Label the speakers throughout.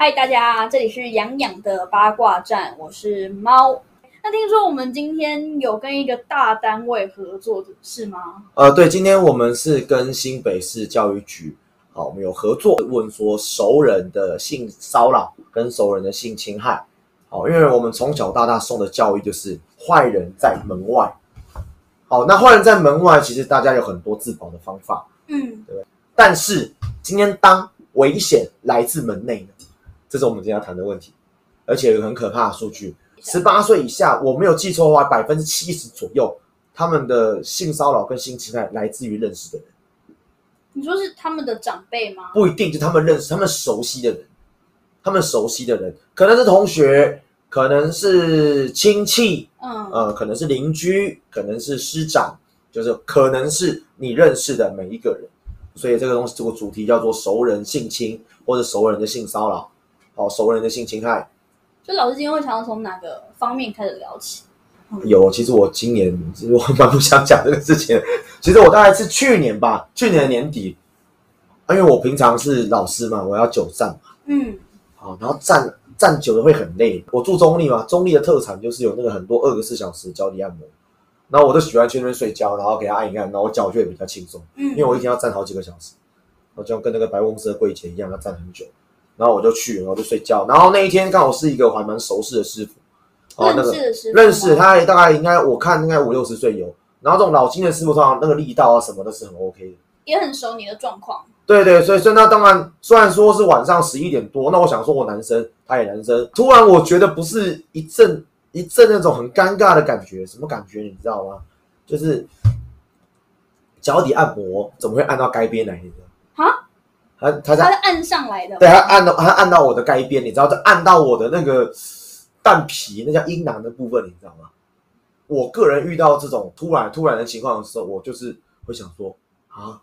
Speaker 1: 嗨，大家，这里是养养的八卦站，我是猫。那听说我们今天有跟一个大单位合作的是吗？
Speaker 2: 呃，对，今天我们是跟新北市教育局，好，我们有合作，问说熟人的性骚扰跟熟人的性侵害，好，因为我们从小到大受的教育就是坏人在门外，好，那坏人在门外，其实大家有很多自保的方法，
Speaker 1: 嗯，
Speaker 2: 但是今天当危险来自门内呢，这是我们今天要谈的问题，而且有个很可怕的数据，十八岁以下，我没有记错的话，百分之七十左右，他们的性骚扰跟性侵害来自于认识的人，
Speaker 1: 你说是他们的长辈吗？
Speaker 2: 不一定就他们认识、他们熟悉的人，他们熟悉的人可能是同学，可能是亲戚，
Speaker 1: 嗯，
Speaker 2: 呃，可能是邻居，可能是师长，就是可能是你认识的每一个人。所以这个东西，这个主题叫做熟人性侵或者熟人的性骚扰，哦，熟人的性侵害。
Speaker 1: 就老师今天会想要从哪个方面开始聊起？
Speaker 2: 有，其实我今年其实我蛮不想讲这个事情。 其实我大概是去年吧，去年的年底，啊因为我平常是老师嘛，我要久站嘛，
Speaker 1: 嗯，
Speaker 2: 啊，然后站站久了会很累。我住中立嘛，中立的特产就是有那个很多二十四小时脚底按摩，然后我就喜欢去那边睡觉，然后给他按一按，然后我脚就会比较轻松。
Speaker 1: 嗯，
Speaker 2: 因为我一天要站好几个小时，我就跟那个百货公司的柜姐一样，要站很久。然后我就去，然后就睡觉。然后那一天刚好是一个我还蛮熟识的师傅，哦，那
Speaker 1: 认
Speaker 2: 个
Speaker 1: 识的师傅吗
Speaker 2: 认识，他，大概应该我看应该五六十岁有。然后这种老金的师傅，通常那个力道啊什么都是很 OK 的。
Speaker 1: 也很熟你的状况。
Speaker 2: 对对，所以所以那当然，虽然说是晚上十一点多，那我想说我男生，他也男生，突然我觉得不是一阵一阵那种很尴尬的感觉，什么感觉你知道吗？就是脚底按摩怎么会按到该边来？你知道吗？他他
Speaker 1: 他
Speaker 2: 在
Speaker 1: 是按上来的，
Speaker 2: 对，他按到他按到我的该边，你知道，就按到我的那个蛋皮，那叫阴囊的部分，你知道吗？我个人遇到这种突然突然的情况的时候，我就是会想说啊，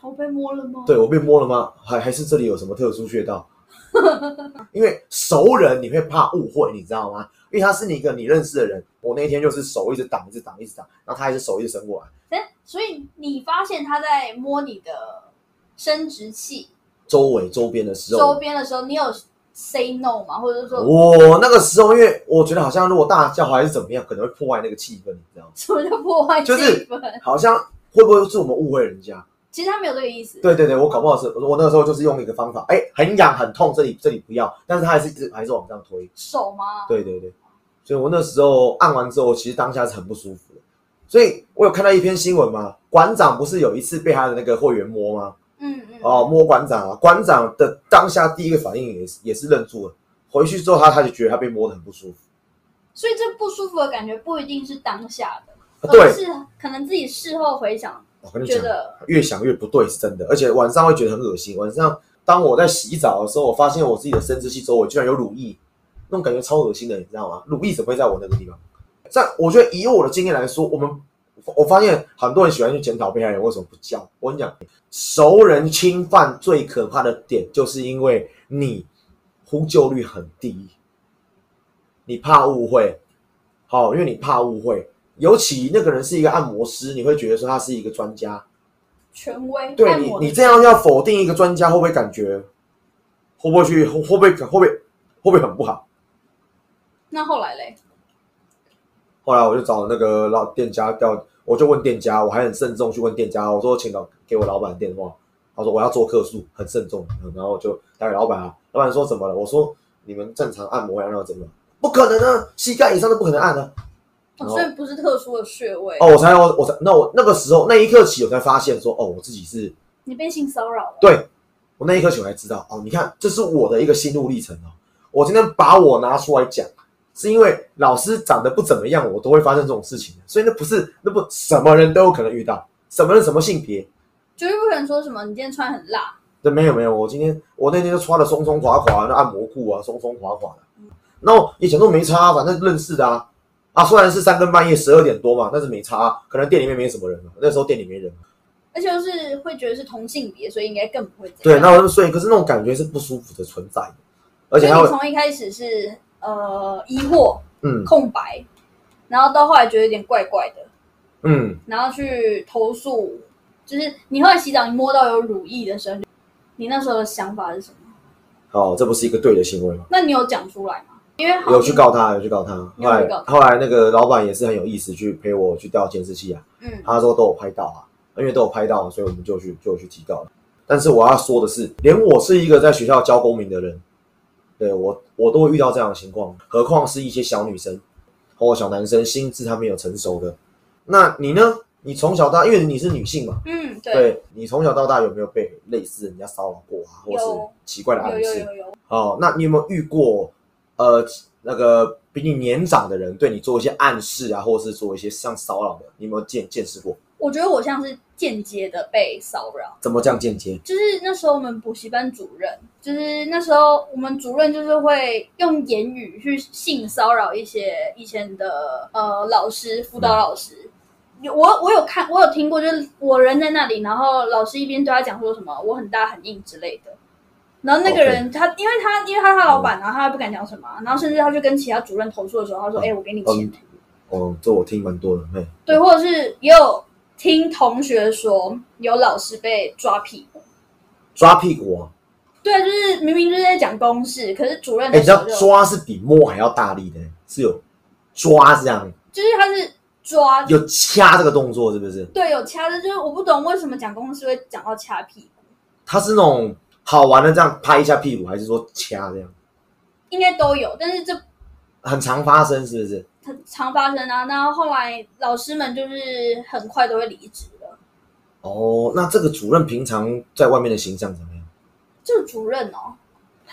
Speaker 1: 头被摸了吗？，
Speaker 2: 对我被摸了吗？还还是这里有什么特殊穴道？ 因为熟人你会怕误会，你知道吗？因为他是你一个你认识的人，我那天就是手一直挡，一直挡，一直挡，然后他还是手一直伸过来，
Speaker 1: 哎，所以你发现他在摸你的生殖器
Speaker 2: 周围周边的时
Speaker 1: 周
Speaker 2: 候，
Speaker 1: 边的时候，你有 say no 吗？或者说
Speaker 2: 我那个时候，因为我觉得好像如果大叫还是怎么样，可能会破坏那个气氛，你知道吗？
Speaker 1: 什么叫破坏气
Speaker 2: 就是
Speaker 1: 氛？
Speaker 2: 好像会不会是我们误会人家？
Speaker 1: 其实他没有这个意思。
Speaker 2: 对对对，我搞不好是，我那个时候就是用一个方法，哎，很痒很痛，这里这里不要，但是他还是一直还是往上推，
Speaker 1: 手吗？
Speaker 2: 对对对，所以我那时候按完之后，其实当下是很不舒服的。所以我有看到一篇新闻嘛，馆长不是有一次被他的那个会员摸吗？
Speaker 1: 嗯嗯。
Speaker 2: 哦，摸馆长啊，馆长的当下第一个反应也是也是愣住了。回去之后他，他就觉得他被摸得很不舒服。
Speaker 1: 所以这不舒服的感觉不一定是当下的，
Speaker 2: 啊、对
Speaker 1: 而，是可能自己事后回想，
Speaker 2: 我跟你
Speaker 1: 觉
Speaker 2: 讲，
Speaker 1: 得
Speaker 2: 越想越不对，是真的。而且晚上会觉得很恶心。晚上当我在洗澡的时候，我发现我自己的生殖器周围居然有乳液，那种感觉超恶心的，你知道吗？乳液怎么会在我那个地方？在我觉得以我的经验来说，我们我发现很多人喜欢去检讨被害人为什么不叫。我跟你讲，熟人侵犯最可怕的点，就是因为你呼救率很低，你怕误会，好、因为你怕误会。尤其那个人是一个按摩师，你会觉得说他是一个专家，
Speaker 1: 权威
Speaker 2: 对
Speaker 1: 按
Speaker 2: 你
Speaker 1: 摩，的
Speaker 2: 你这样要否定一个专家，会不会感觉，会不会去，会不会会不会会不会很不好？
Speaker 1: 那后来嘞，
Speaker 2: 后来我就找那个老店家调，我就问店家，我还很慎重去问店家，我说请老给我老板电话，他说我要做客诉，很慎重，嗯然后我就打给老板啊，老板说怎么了？我说你们正常按摩要让我怎么了？不可能啊，膝盖以上都不可能按啊！
Speaker 1: 哦
Speaker 2: 然后
Speaker 1: 所以不是特殊的穴位，
Speaker 2: 哦，我才我我才那我那个时候那一刻起，我才发现说哦，我自己是
Speaker 1: 你被性骚扰了，
Speaker 2: 对我那一刻起我才知道哦，你看，这是我的一个心路历程哦。我今天把我拿出来讲，是因为老师长得不怎么样，我都会发生这种事情，所以那不是那不什么人都有可能遇到，什么人什么性别。
Speaker 1: 绝对不可能说什么你今天穿很辣，
Speaker 2: 对，没有没有，我今天我那天就穿的松松垮垮的，那按摩裤啊，松松垮垮的。然后也想说没差，反正认识的啊。啊，虽然是三更半夜十二点多嘛，但是没差、啊，可能店里面没什么人、啊，那时候店里没人、啊。
Speaker 1: 而且就是会觉得是同性别，所以应该更不会这
Speaker 2: 对，
Speaker 1: 样。
Speaker 2: 那我就睡，可是那种感觉是不舒服的存在的，而
Speaker 1: 所
Speaker 2: 且
Speaker 1: 以
Speaker 2: 还
Speaker 1: 你
Speaker 2: 会，
Speaker 1: 从一开始是呃疑惑
Speaker 2: 嗯
Speaker 1: 空白，然后到后来觉得有点怪怪的，
Speaker 2: 嗯，
Speaker 1: 然后去投诉，就是你后来洗澡你摸到有乳液的时候，你那时候的想法是什么？
Speaker 2: 哦，这不是一个对的行为吗？
Speaker 1: 那你有讲出来吗？因为好
Speaker 2: 有去告他，有去告他。后
Speaker 1: 有
Speaker 2: 来
Speaker 1: 去告
Speaker 2: 后来那个老板也是很有意思，去陪我去调监视器啊。
Speaker 1: 嗯，
Speaker 2: 他说都有拍到啊，因为都有拍到，所以我们就去就有去提告了。但是我要说的是，连我是一个在学校教公民的人，对我我都会遇到这样的情况，何况是一些小女生或小男生，心智还没有成熟的。那你呢？你从小到因为你是女性嘛，
Speaker 1: 嗯，
Speaker 2: 对
Speaker 1: 对，
Speaker 2: 你从小到大有没有被类似人家骚扰过啊，或
Speaker 1: 有
Speaker 2: 是奇怪的
Speaker 1: 有
Speaker 2: 暗
Speaker 1: 有
Speaker 2: 示？
Speaker 1: 有有，
Speaker 2: 哦，那你有没有遇过呃那个比你年长的人对你做一些暗示啊，或是做一些像骚扰的？你有没有见见识过？
Speaker 1: 我觉得我像是间接的被骚扰。
Speaker 2: 怎么这样间接？
Speaker 1: 就是那时候我们补习班主任，就是那时候我们主任就是会用言语去性骚扰一些以前的呃老师、辅
Speaker 2: 嗯
Speaker 1: 导老师。有我我有看，我有听过，就是我人在那里，然后老师一边对他讲说什么“我很大很硬”之类的。然后那个人他，因为他因为他是他
Speaker 2: 嗯
Speaker 1: 老板啊，然后他不敢讲什么啊，然后甚至他就跟其他主任投诉的时候，他说：“哎、我给你钱。
Speaker 2: 嗯哦，这我听蛮多的，嘿，
Speaker 1: 对，或者是也有听同学说，有老师被抓屁股。
Speaker 2: 抓屁股啊！
Speaker 1: 对，就是明明就是在讲公事，可是主任
Speaker 2: 哎、
Speaker 1: 的
Speaker 2: 你知
Speaker 1: 时
Speaker 2: 道
Speaker 1: 候就
Speaker 2: 抓是比摸还要大力的，是有抓这样，
Speaker 1: 就是他是抓，
Speaker 2: 有掐这个动作，是不是？
Speaker 1: 对，有掐的，就是我不懂为什么讲公事会讲到掐屁股，
Speaker 2: 他是那种好玩的这样拍一下屁股，还是说掐这样？
Speaker 1: 应该都有，但是这
Speaker 2: 很常发生，是不是？
Speaker 1: 很常发生啊。那后来老师们就是很快都会离职了。
Speaker 2: 哦，那这个主任平常在外面的形象怎么样？
Speaker 1: 这个主任哦，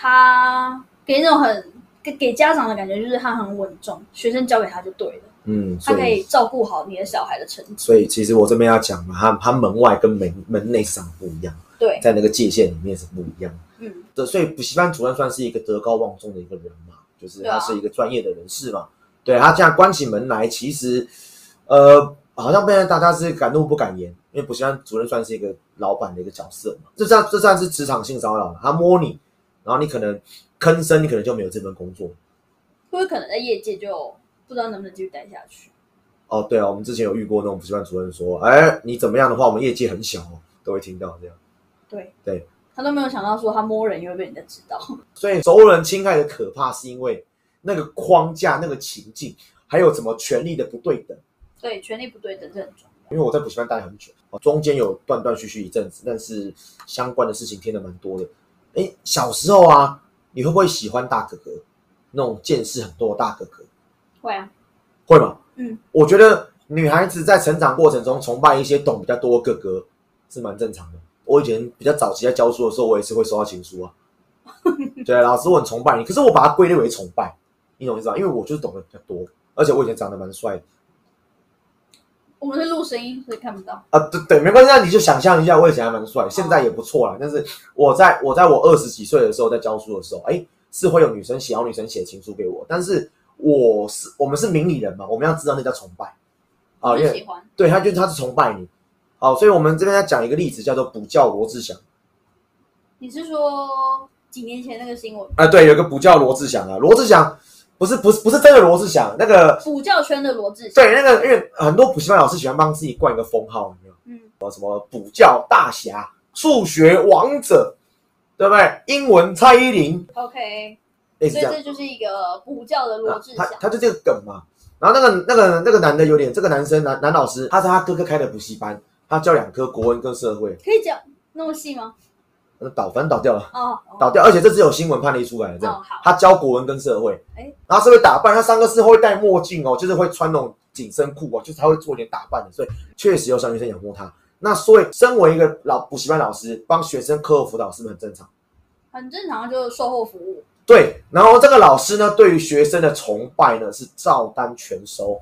Speaker 1: 他给那种很给给家长的感觉就是他很稳重，学生交给他就对了，
Speaker 2: 嗯，
Speaker 1: 他
Speaker 2: 所
Speaker 1: 可以
Speaker 2: 以
Speaker 1: 照顾好你的小孩的成绩。
Speaker 2: 所以其实我这边要讲嘛，他他门外跟门门内是长不一样，
Speaker 1: 对，
Speaker 2: 在那个界限里面是不一样的。
Speaker 1: 嗯，
Speaker 2: 的，所以补习班主任算是一个德高望重的一个人嘛，就是
Speaker 1: 对啊
Speaker 2: 他是一个专业的人士嘛，对,、他这样关起门来，其实呃，好像被大家是敢怒不敢言，因为补习班主任算是一个老板的一个角色嘛，这算这算是职场性骚扰了，他摸你，然后你可能吭声，你可能就没有这份工作。
Speaker 1: 会不会可能在业界就不知道能不能继续待下去？
Speaker 2: 哦，对啊，我们之前有遇过那种补习班主任说，哎，你怎么样的话，我们业界很小哦，都会听到这样。
Speaker 1: 对
Speaker 2: 对，
Speaker 1: 他都没有想到说他摸人也会被人家知道。
Speaker 2: 所以熟人侵害的可怕，是因为那个框架、那个情境，还有什么权力的不对等。
Speaker 1: 对，权力不对等这很重要。
Speaker 2: 因为我在补习班待很久，哦中间有断断续续一阵子，但是相关的事情听得蛮多的。哎，小时候啊，你会不会喜欢大哥哥？那种见识很多的大哥哥，
Speaker 1: 会啊，
Speaker 2: 会吗？
Speaker 1: 嗯，
Speaker 2: 我觉得女孩子在成长过程中崇拜一些懂比较多的哥哥是蛮正常的。我以前比较早期在教书的时候，我也是会收到情书啊。对，啊老师我很崇拜你，可是我把它归类为崇拜，你懂我意思吧？因为我就是懂得比较多，而且我以前长得蛮帅的
Speaker 1: 我们是录声音，所以看不到。
Speaker 2: 啊。对对，没关系，那你就想象一下，我以前还蛮帅，现在也不错啦。但是我在我在我二十几岁的时候，在教书的时候，哎，是会有女生写，小女生写情书给我，但是我是我们是明理人嘛，我们要知道那叫崇拜啊，
Speaker 1: 我
Speaker 2: 因
Speaker 1: 就
Speaker 2: 为
Speaker 1: 喜欢。
Speaker 2: 对，他就是他是崇拜你。好，所以我们这边要讲一个例子，叫做补教罗志祥
Speaker 1: 你是说几年前那个新闻，
Speaker 2: 啊，对，有一个补教罗志祥啊，罗志祥不是不是不是真的罗志祥，那个
Speaker 1: 补教圈的罗志祥？
Speaker 2: 对那个，因为很多补习班老师喜欢帮自己冠一个封号，有没有？
Speaker 1: 嗯，
Speaker 2: 呃补教大侠、数学王者，对不对？英文蔡依林，
Speaker 1: ，OK，
Speaker 2: 类
Speaker 1: 所
Speaker 2: 似这
Speaker 1: 以
Speaker 2: 样，啊
Speaker 1: 这就是一个补教的罗志
Speaker 2: 他
Speaker 1: 祥。
Speaker 2: 他就这个梗嘛。然后那个那个那个男的有点，这个男生男男老师，他是他哥哥开的补习班，他教两科国文跟社会，
Speaker 1: 可以讲那么细吗？
Speaker 2: 那倒反正倒掉了。
Speaker 1: 哦，
Speaker 2: 倒
Speaker 1: 哦
Speaker 2: 掉，而且这只有新闻判例出来的这样。
Speaker 1: 哦好
Speaker 2: 他教国文跟社会，
Speaker 1: 哎
Speaker 2: 然后是会打扮，他上课是会戴墨镜哦，就是会穿那种紧身裤哦，就是他会做一点打扮的，所以确实有小女生仰慕他。那所以，身为一个老补习班老师，帮学生课后辅导是不是很正常？
Speaker 1: 很正常，就是售后服务。
Speaker 2: 对。然后这个老师呢，对于学生的崇拜呢是照单全收，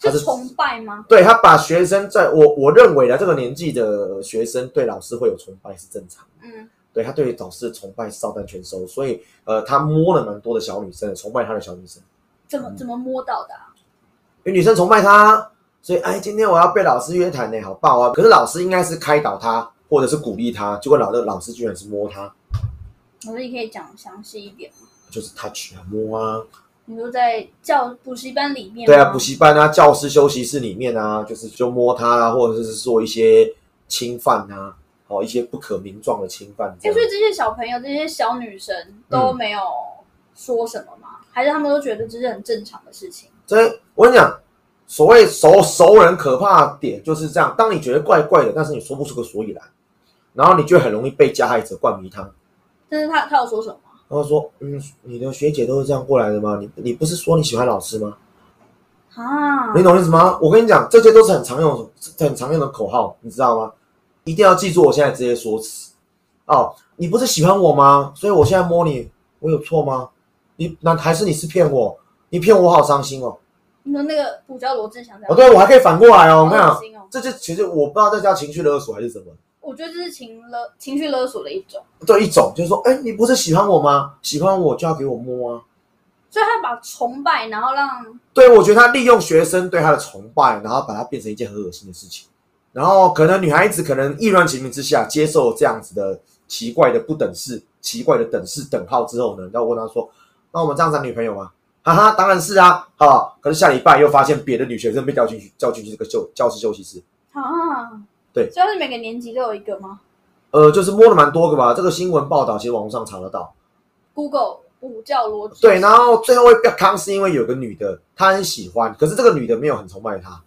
Speaker 2: 他
Speaker 1: 是
Speaker 2: 是
Speaker 1: 崇拜吗？
Speaker 2: 对他把学生在我我认为的这个年纪的学生对老师会有崇拜是正常的。
Speaker 1: 嗯，
Speaker 2: 对他对老师的崇拜是照单全收，所以呃，他摸了蛮多的小女生，崇拜他的小女生，
Speaker 1: 怎
Speaker 2: 嗯
Speaker 1: 么怎么摸到的、啊？
Speaker 2: 因为女生崇拜他，所以哎，今天我要被老师约谈呢，好棒啊！可是老师应该是开导他，或者是鼓励他，结果老的老师居然是摸他，
Speaker 1: 我说你可以讲详细一点吗。
Speaker 2: 就是 touch 啊，摸啊，
Speaker 1: 你说在教补习班里面吗，
Speaker 2: 对啊，补习班啊，教室休息室里面啊，就是就摸他啊，或者是做一些侵犯啊，哦一些不可名状的侵犯这
Speaker 1: 哎、
Speaker 2: 样
Speaker 1: 所。以这些小朋友、这些小女生
Speaker 2: 嗯
Speaker 1: 都没有说什么吗？还是他们都觉得这是很正常的事情？
Speaker 2: 这我跟你讲，所谓熟熟人可怕的点就是这样，当你觉得怪怪的，但是你说不出个所以然，然后你就很容易被加害者灌迷汤。
Speaker 1: 但是他他有说什么？
Speaker 2: 然后说，嗯，你的学姐都是这样过来的吗？你你不是说你喜欢老师吗？
Speaker 1: 啊
Speaker 2: 你，懂意思吗？我跟你讲，这些都是很常用、很常用的口号，你知道吗？一定要记住我现在这些说辞。哦，你不是喜欢我吗？所以我现在摸你，我有错吗？你那还是你是骗我？你骗我，我好伤心哦。
Speaker 1: 你说那个补教罗志祥这样
Speaker 2: 哦，对，我还可以反过来哦。
Speaker 1: 好
Speaker 2: 我跟你
Speaker 1: 恶
Speaker 2: 讲，
Speaker 1: 心哦！
Speaker 2: 这就其实我不知道这叫情绪勒索还是什么。
Speaker 1: 我觉得这是情勒情绪勒索的一种，
Speaker 2: 对，一种就是说，哎，你不是喜欢我吗？喜欢我就要给我摸啊。
Speaker 1: 所以他把崇拜，然后让
Speaker 2: 对，我觉得他利用学生对他的崇拜，然后把它变成一件很恶心的事情。然后可能女孩子可能意乱情迷之下接受这样子的奇怪的不等式、奇怪的等式等号之后呢，然后问他说：“那我们这样当女朋友吗？”哈哈，当然是啊，哈、可是下礼拜又发现别的女学生被叫进去，叫进去这个休教室休息室，
Speaker 1: 啊，
Speaker 2: 对
Speaker 1: 所以他是每个年级都有一个吗
Speaker 2: 呃，就是摸了蛮多个吧。这个新闻报道其实网络上查得到。
Speaker 1: ？Google 补教罗志
Speaker 2: 对，然后最后会被康是因为有个女的，她很喜欢，可是这个女的没有很崇拜她，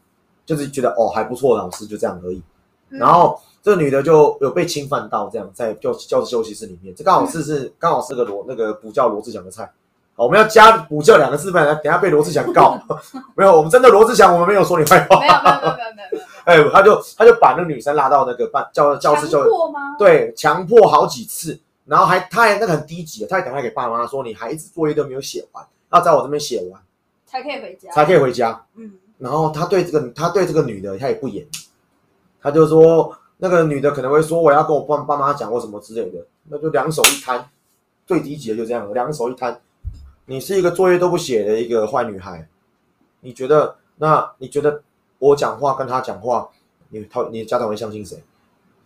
Speaker 2: 就是觉得哦还不错，老师就这样而已。
Speaker 1: 嗯
Speaker 2: 然后这个女的就有被侵犯到，这样在教教室休息室里面，这刚好是是、
Speaker 1: 嗯
Speaker 2: 刚好是个罗那个补教罗志祥的菜。好，我们要加补教两个字，不然等下被罗志祥告。 没有，我们针对罗志祥，我们没有说你坏话
Speaker 1: 没。有没有没有没有没有没有
Speaker 2: 哎，他就他就把那个女生拉到那个办教 教室
Speaker 1: 强
Speaker 2: 教
Speaker 1: 迫吗？
Speaker 2: 对，强迫好几次，然后还他还那个很低级的，他还打电话给爸妈说你孩子作业都没有写完，要在我这边写完
Speaker 1: 才可以回家。
Speaker 2: 才可以回家。
Speaker 1: 嗯，
Speaker 2: 然后他对这个他对这个女的他也不严，他就说那个女的可能会说我要跟我爸爸妈讲或什么之类的，那就两手一摊，最低级的就这样，两手一摊，你是一个作业都不写的一个坏女孩，你觉得那你觉得我讲话跟她讲话，你他你家长会相信谁？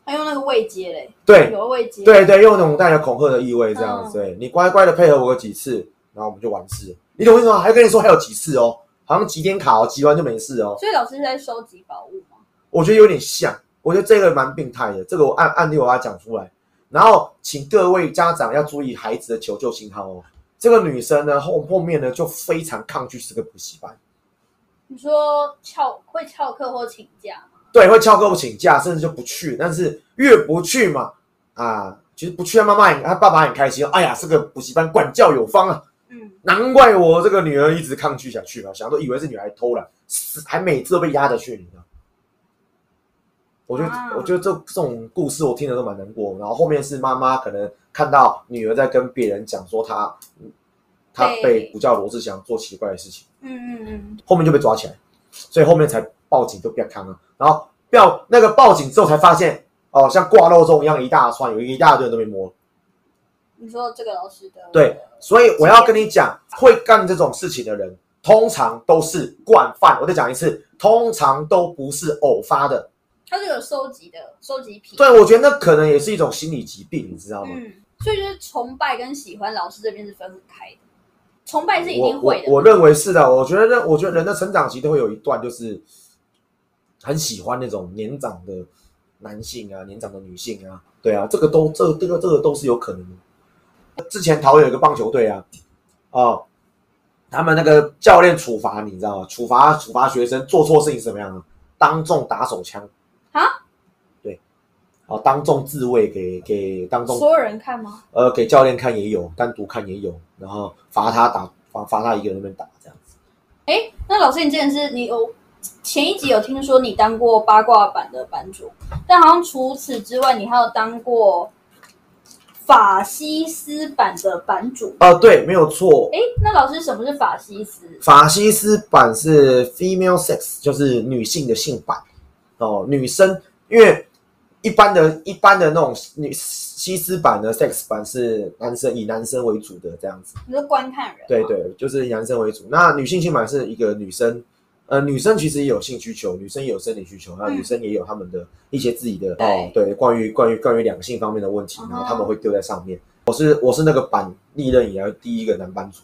Speaker 1: 他用那个未接嘞，
Speaker 2: 对
Speaker 1: 有未接。，
Speaker 2: 对对，用那种带着恐吓的意味这样子，对你乖乖的配合我个几次，然后我们就完事，你懂我意思吗？还跟你说还有几次哦，好像几点卡哦，集完就没事哦。
Speaker 1: 所以老师是在收集宝物吗？
Speaker 2: 我觉得有点像，我觉得这个蛮病态的，这个我案案例我把它讲出来。然后，请各位家长要注意孩子的求救信号哦。这个女生呢，后后面呢就非常抗拒这个补习班，
Speaker 1: 你说翘会翘课或请假吗？
Speaker 2: 对，会翘课不请假，甚至就不去。但是越不去嘛，啊，其实不去，她妈妈也，她爸爸很开心哦。哎呀，这个补习班管教有方啊，
Speaker 1: 嗯，
Speaker 2: 难怪我这个女儿一直抗拒想去嘛，想都以为是女孩偷懒，死还每次都被压着去，你知道？我觉得，
Speaker 1: 啊
Speaker 2: 我觉得这这种故事我听着都蛮难过。然后后面是妈妈可能看到女儿在跟别人讲说她，嗯她被
Speaker 1: 被
Speaker 2: 不叫罗志祥做奇怪的事情，
Speaker 1: 嗯嗯嗯，
Speaker 2: 后面就被抓起来，所以后面才报警就不要康了。然后不要那个报警之后才发现，哦，像挂肉粽一样一大串，有一大堆人都被摸了。
Speaker 1: 你说这个老师的
Speaker 2: 对，所以我要跟你讲，会干这种事情的人，通常都是惯犯。我再讲一次，通常都不是偶发的。
Speaker 1: 他是有收集的收集癖。，
Speaker 2: 对，我觉得那可能也是一种心理疾病，你知道吗？
Speaker 1: 嗯，所以就是崇拜跟喜欢老师这边是分很开的，崇拜是一
Speaker 2: 我
Speaker 1: 定
Speaker 2: 我
Speaker 1: 会的。
Speaker 2: 我认为是的。我觉得人，我觉得人的成长期都会有一段，就是很喜欢那种年长的男性啊，年长的女性啊，对啊，这个都这这个这个都是有可能的。之前桃园有一个棒球队啊，哦，他们那个教练处罚你知道吗？处罚处罚学生做错事情是怎么样啊？当众打手枪
Speaker 1: 啊？
Speaker 2: 对，哦，当众自卫给给当众
Speaker 1: 所有人看吗？
Speaker 2: 呃，给教练看也有，单独看也有，然后罚他打罚罚他一个人在那边打这样子。
Speaker 1: 哎，那老师，你之前是你有前一集有听说你当过八卦版的版主，但好像除此之外，你还有当过法西斯版的版主。
Speaker 2: 呃，对，没有错
Speaker 1: 哎。，那老师，什么是法西斯？
Speaker 2: 法西斯版是 female sex，就是女性的性版哦，女生因为一般的、一般的那种女西斯版的 sex 版是男生以男生为主的这样子，
Speaker 1: 你说观看人？
Speaker 2: 对。哦对，就是以男生为主。那女性性版是一个女生，呃，女生其实也有性需求，女生也有生理需求，那
Speaker 1: 嗯
Speaker 2: 女生也有她们的一些自己的、
Speaker 1: 对
Speaker 2: 哦，对，关于关于关于两性方面的问题，然后
Speaker 1: 哦
Speaker 2: 他们会丢在上面。我是我是那个版历任以来第一个男版主，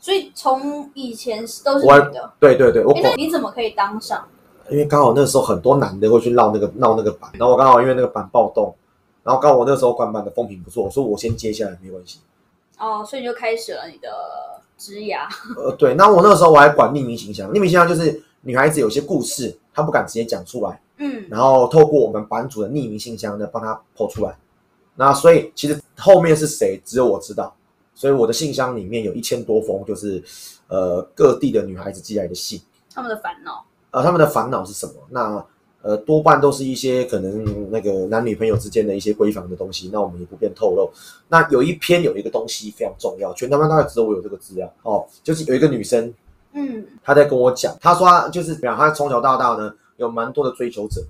Speaker 1: 所以从以前都是
Speaker 2: 我
Speaker 1: 女的。
Speaker 2: 对对对，我
Speaker 1: 哎，
Speaker 2: 广
Speaker 1: 那你怎么可以当上？
Speaker 2: 因为刚好那时候很多男的会去闹那个闹那个版，然后我刚好因为那个版暴动，然后刚好我那时候管班的风评不错，我说我先接下来没关系。
Speaker 1: 哦，所以你就开始了你的职涯。
Speaker 2: 呃，对，那我那时候我还管匿名形象，匿名形象就是女孩子有些故事她不敢直接讲出来，
Speaker 1: 嗯，
Speaker 2: 然后透过我们版主的匿名信箱呢帮她剖出来。那所以其实后面是谁只有我知道，所以我的信箱里面有一千多封，就是呃各地的女孩子寄来的信。
Speaker 1: 他们的烦恼。
Speaker 2: 呃，他们的烦恼是什么？那呃，多半都是一些可能那个男女朋友之间的一些闺房的东西，那我们也不便透露。那有一篇有一个东西非常重要，全台湾大概只有我有这个资料哦，就是有一个女生
Speaker 1: 嗯
Speaker 2: 她在跟我讲，她说她就是，比方她从小到大呢有蛮多的追求者，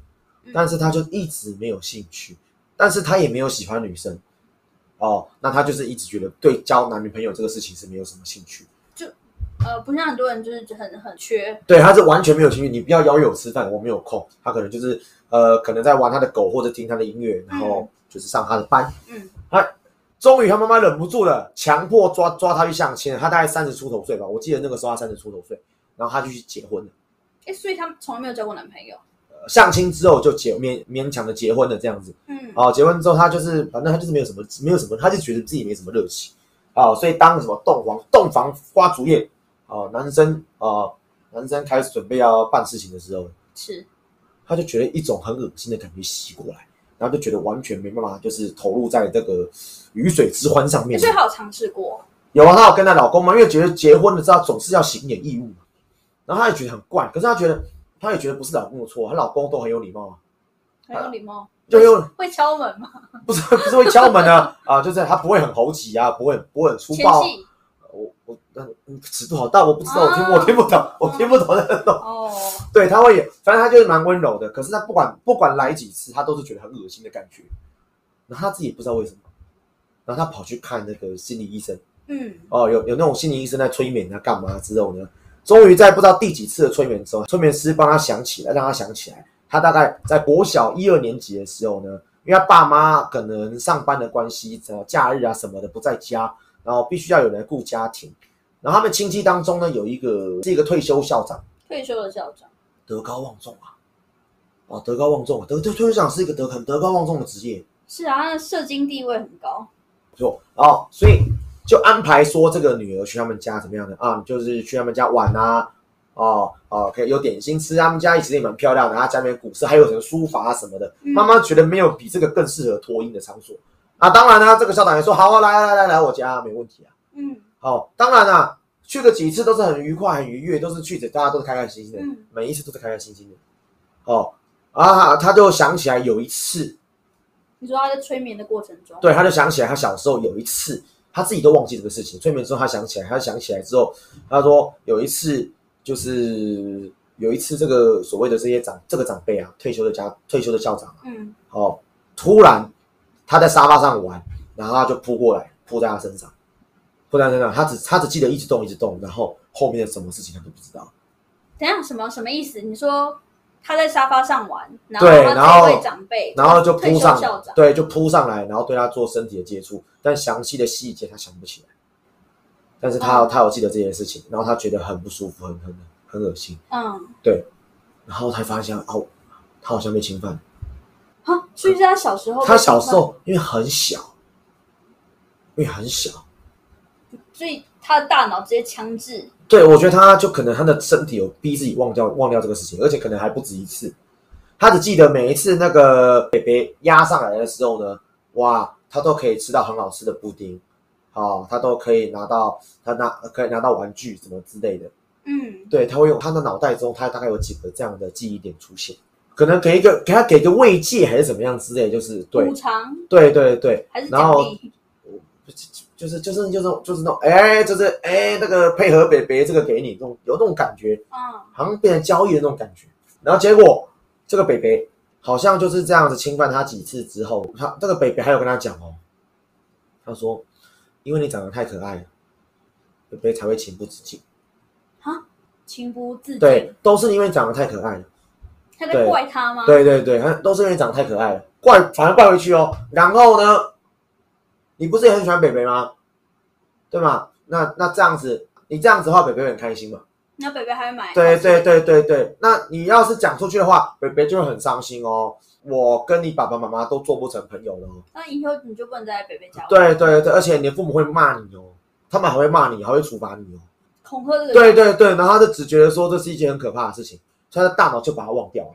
Speaker 2: 但是她就一直没有兴趣，但是她也没有喜欢女生哦，那她就是一直觉得对交男女朋友这个事情是没有什么兴趣。
Speaker 1: 呃，不像很多人就是很很缺。
Speaker 2: 对，他是完全没有情绪。你不要邀约我吃饭，我没有空。他可能就是呃，可能在玩他的狗或者听他的音乐，然后就是上他的班。
Speaker 1: 嗯，
Speaker 2: 终于他妈妈忍不住了，强迫抓抓他去相亲。他大概三十出头岁吧，我记得那个时候他三十出头岁，然后他就去结婚了。
Speaker 1: 哎，所以他们从来没有交过男朋友。
Speaker 2: 呃相亲之后就结勉勉强的结婚了这样子。
Speaker 1: 嗯，
Speaker 2: 哦，结婚之后他就是反正他就是没有什么没有什么，他就觉得自己没什么热情。哦，所以当什么洞房洞房花烛夜，哦，男生哦，男生开始准备要办事情的时候，
Speaker 1: 是。
Speaker 2: 他就觉得一种很恶心的感觉袭过来，然后就觉得完全没办法，就是投入在这个鱼水之欢上
Speaker 1: 诶
Speaker 2: 面
Speaker 1: 所。以他有尝试过。
Speaker 2: 有啊，她有跟她老公嘛，因为觉得结婚了之后总是要行点义务嘛，然后她也觉得很怪，可是她觉得她也觉得不是老公的错，她老公都很有礼貌啊，
Speaker 1: 很有礼貌，
Speaker 2: 就用
Speaker 1: 会敲门吗？
Speaker 2: 不是不是会敲门啊 啊，就是他不会很猴急啊，不会不会很粗
Speaker 1: 前
Speaker 2: 暴啊。
Speaker 1: 戏
Speaker 2: 我我嗯尺度好大，我不知道，我听
Speaker 1: 啊
Speaker 2: 我听不懂，我听不懂那种。
Speaker 1: 哦，
Speaker 2: 对，他会有，反正他就是蛮温柔的。可是他不管不管来几次，他都是觉得很恶心的感觉。然后他自己也不知道为什么，然后他跑去看那个心理医生。
Speaker 1: 嗯，
Speaker 2: 哦，有有那种心理医生在催眠他啊干嘛之后呢，终于在不知道第几次的催眠之后，催眠师帮他想起来，让他想起来，他大概在国小一二年级的时候呢，因为他爸妈可能上班的关系，呃，假日啊什么的不在家，然后必须要有人来顾家庭。然后他们亲戚当中呢，有一个是一个退休校长。
Speaker 1: 退休的校长，
Speaker 2: 德高望重啊，哦，德高望重啊，德德队长是一个德很德高望重的职业，
Speaker 1: 是啊，他的社经地位很高。
Speaker 2: 就哦，所以就安排说这个女儿去他们家怎么样的啊，你就是去他们家玩啊，哦哦，可以有点心吃，他们家其实也蛮漂亮的，他啊家里面古色，还有什么书法啊什么的，
Speaker 1: 嗯
Speaker 2: 妈妈觉得没有比这个更适合脱音的场所啊，当然啦、这个校长也说好啊，来来来来我家没问题啊，
Speaker 1: 嗯
Speaker 2: 哦，当然啦、去个几次都是很愉快、很愉悦，都是去的，大家都是开开心心的。
Speaker 1: 嗯
Speaker 2: 每一次都是开开心心的。哦，啊，他就想起来有一次，
Speaker 1: 你说他在催眠的过程中，
Speaker 2: 对，他就想起来他小时候有一次，他自己都忘记这个事情。催眠之后，他想起来，他想起来之后，他说有一次就是有一次这个所谓的这些长这个长辈啊，退休的家退休的校长啊，
Speaker 1: 嗯，
Speaker 2: 哦，突然他在沙发上玩，然后他就扑过来，扑在他身上，扑在他身上，他只他只记得一直动一直动，然后后面的什么事情他都不知道。
Speaker 1: 等一下什么什么意思？你说他在沙发上玩，然后
Speaker 2: 对
Speaker 1: 他
Speaker 2: 然后
Speaker 1: 这位长辈，
Speaker 2: 然后就
Speaker 1: 哦退
Speaker 2: 扑
Speaker 1: 休
Speaker 2: 上
Speaker 1: 校长，
Speaker 2: 对，就扑上来，然后对他做身体的接触，但详细的细节他想不起来。但是他、
Speaker 1: 嗯
Speaker 2: 他有记得这件事情，然后他觉得很不舒服，很很很恶心，
Speaker 1: 嗯，
Speaker 2: 然后才发现哦，他好像被侵犯。
Speaker 1: 啊，所以是他小时候，
Speaker 2: 他小时，候因为很小，因为很小，
Speaker 1: 所以他的大脑直接强制，
Speaker 2: 对我觉得他就可能他的身体有逼自己忘掉忘掉这个事情，而且可能还不止一次。他只记得每一次那个北北压上来的时候呢，哇，他都可以吃到很好吃的布丁，哦，他都可以拿到他拿可以拿到玩具什么之类的。
Speaker 1: 嗯，
Speaker 2: 对，他会用他的脑袋中，他大概有几个这样的记忆点出现，可能给一个给他给个慰藉还是怎么样之类，就是对
Speaker 1: 补偿
Speaker 2: 对对对，
Speaker 1: 还是
Speaker 2: 然
Speaker 1: 奖
Speaker 2: 后
Speaker 1: 励，
Speaker 2: 就是就是就是就是那种哎，就是哎那个配合北北这个给你这种有那种感觉，
Speaker 1: 嗯，
Speaker 2: 好像被人交易的那种感觉。然后结果这个北北好像就是这样子侵犯他几次之后，他这个北北还有跟他讲哦，他说因为你长得太可爱了，北北才会情不自禁。
Speaker 1: 情不自禁
Speaker 2: 对，，都是因为你长得太可爱了。
Speaker 1: 他在
Speaker 2: 对
Speaker 1: 怪他吗？
Speaker 2: 对对对，他都是因为你长得太可爱了，怪反而怪回去哦。然后呢，你不是也很喜欢北北吗？对吗？那那这样子，你这样子的话，北北会很开心嘛？
Speaker 1: 那北北还会买，
Speaker 2: 对对对对对，那你要是讲出去的话，北北就会很伤心哦。我跟你爸爸妈妈都做不成朋友了哦。
Speaker 1: 那以后你就不能再来北北家玩，
Speaker 2: 对对对，而且你的父母会骂你哦，他们还会骂你，还会处罚你哦。
Speaker 1: 恐吓这个
Speaker 2: 对对对，然后他就只觉得说这是一件很可怕的事情，所以他的大脑就把它忘掉了。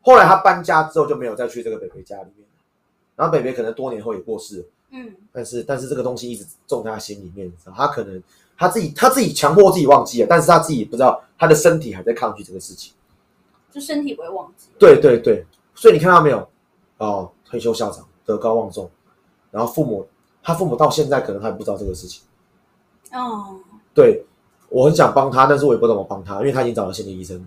Speaker 2: 后来他搬家之后就没有再去这个北北家里面，然后北北可能多年后也过世了，
Speaker 1: 嗯，
Speaker 2: 但是但是这个东西一直种在他心里面，你知道他可能他自己他自己强迫自己忘记了，但是他自己不知道他的身体还在抗拒这个事情。
Speaker 1: 就身体不会忘记。
Speaker 2: 对对对，所以你看到没有？哦，退休校长德高望重，然后父母他父母到现在可能还不知道这个事情。
Speaker 1: 哦，
Speaker 2: 对我很想帮他，但是我也不知道怎么帮他，因为他已经找了心理医生，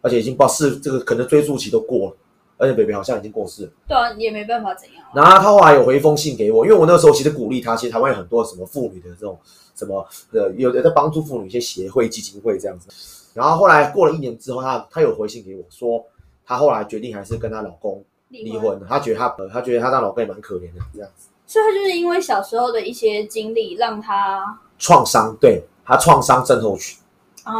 Speaker 2: 而且已经报是这个可能追溯期都过了，而且北北好像已经过世了。
Speaker 1: 对啊，你也没办法怎样啊。
Speaker 2: 然后他后来有回一封信给我，因为我那时候其实鼓励他，其实台湾有很多什么妇女的这种什么呃，有的在帮助妇女一些协会、基金会这样子。然后后来过了一年之后，他他有回信给我说，他后来决定还是跟她老公离婚，她觉得她呃，她觉得她那老公也蛮可怜的这样子，
Speaker 1: 所以他就是因为小时候的一些经历，让他
Speaker 2: 创伤对她创伤症候群。
Speaker 1: 啊，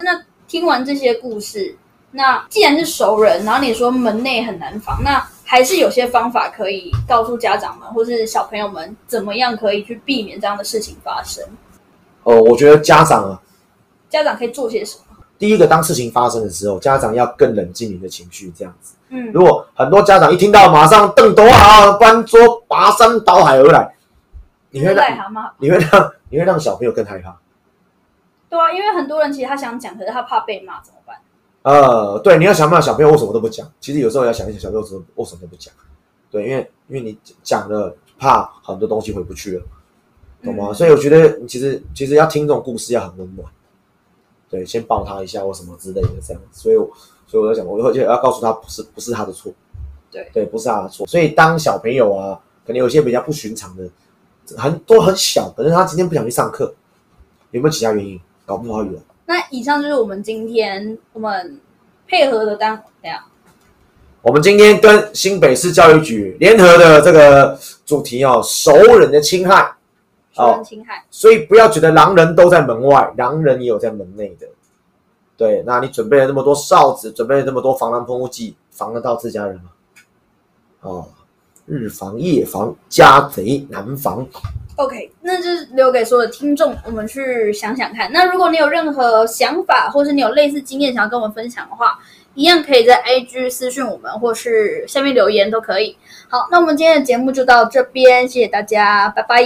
Speaker 1: 那听完这些故事，那既然是熟人，然后你说门内很难防，那还是有些方法可以告诉家长们或是小朋友们，怎么样可以去避免这样的事情发生？
Speaker 2: 呃，我觉得家长啊，
Speaker 1: 家长可以做些什么？
Speaker 2: 第一个当事情发生的时候，家长要更冷静你的情绪这样子。
Speaker 1: 嗯
Speaker 2: 如果很多家长一听到马上瞪头啊，搬桌拔山倒海而来，你会让
Speaker 1: 癞蛤蟆，
Speaker 2: 你会让你会让小朋友更害怕。
Speaker 1: 对啊，因为很多人其实他想讲，可是他怕被骂，怎么办？
Speaker 2: 呃，对，你要想办法，小朋友为什么都不讲？其实有时候要想一想，小朋友为什么为什么都不讲？对，因为因为你讲了，怕很多东西回不去了，懂啊吗？
Speaker 1: 嗯
Speaker 2: 所以我觉得其实其实要听这种故事要很温暖，对，先抱他一下或什么之类的这样。所以我所以我在想，我而且要告诉他不是不是他的错，
Speaker 1: 对
Speaker 2: 对，不是他的错。所以当小朋友啊，可能有些比较不寻常的，很都很小，可能他今天不想去上课，有没有其他原因？搞不好有。
Speaker 1: 那以上就是我们今天我们配合的单，等一下
Speaker 2: 我们今天跟新北市教育局联合的这个主题哦，熟人的侵害，
Speaker 1: 熟人侵害，
Speaker 2: 所以不要觉得狼人都在门外，狼人也有在门内的。对，那你准备了那么多哨子，准备了那么多防狼喷雾剂，防得到自家人吗？哦，日防夜防，家贼难防。
Speaker 1: OK，那就是留给所有的听众，我们去想想看。那如果你有任何想法，或是你有类似经验想要跟我们分享的话，一样可以在 IG 私讯我们，或是下面留言都可以。好，那我们今天的节目就到这边，谢谢大家，拜拜。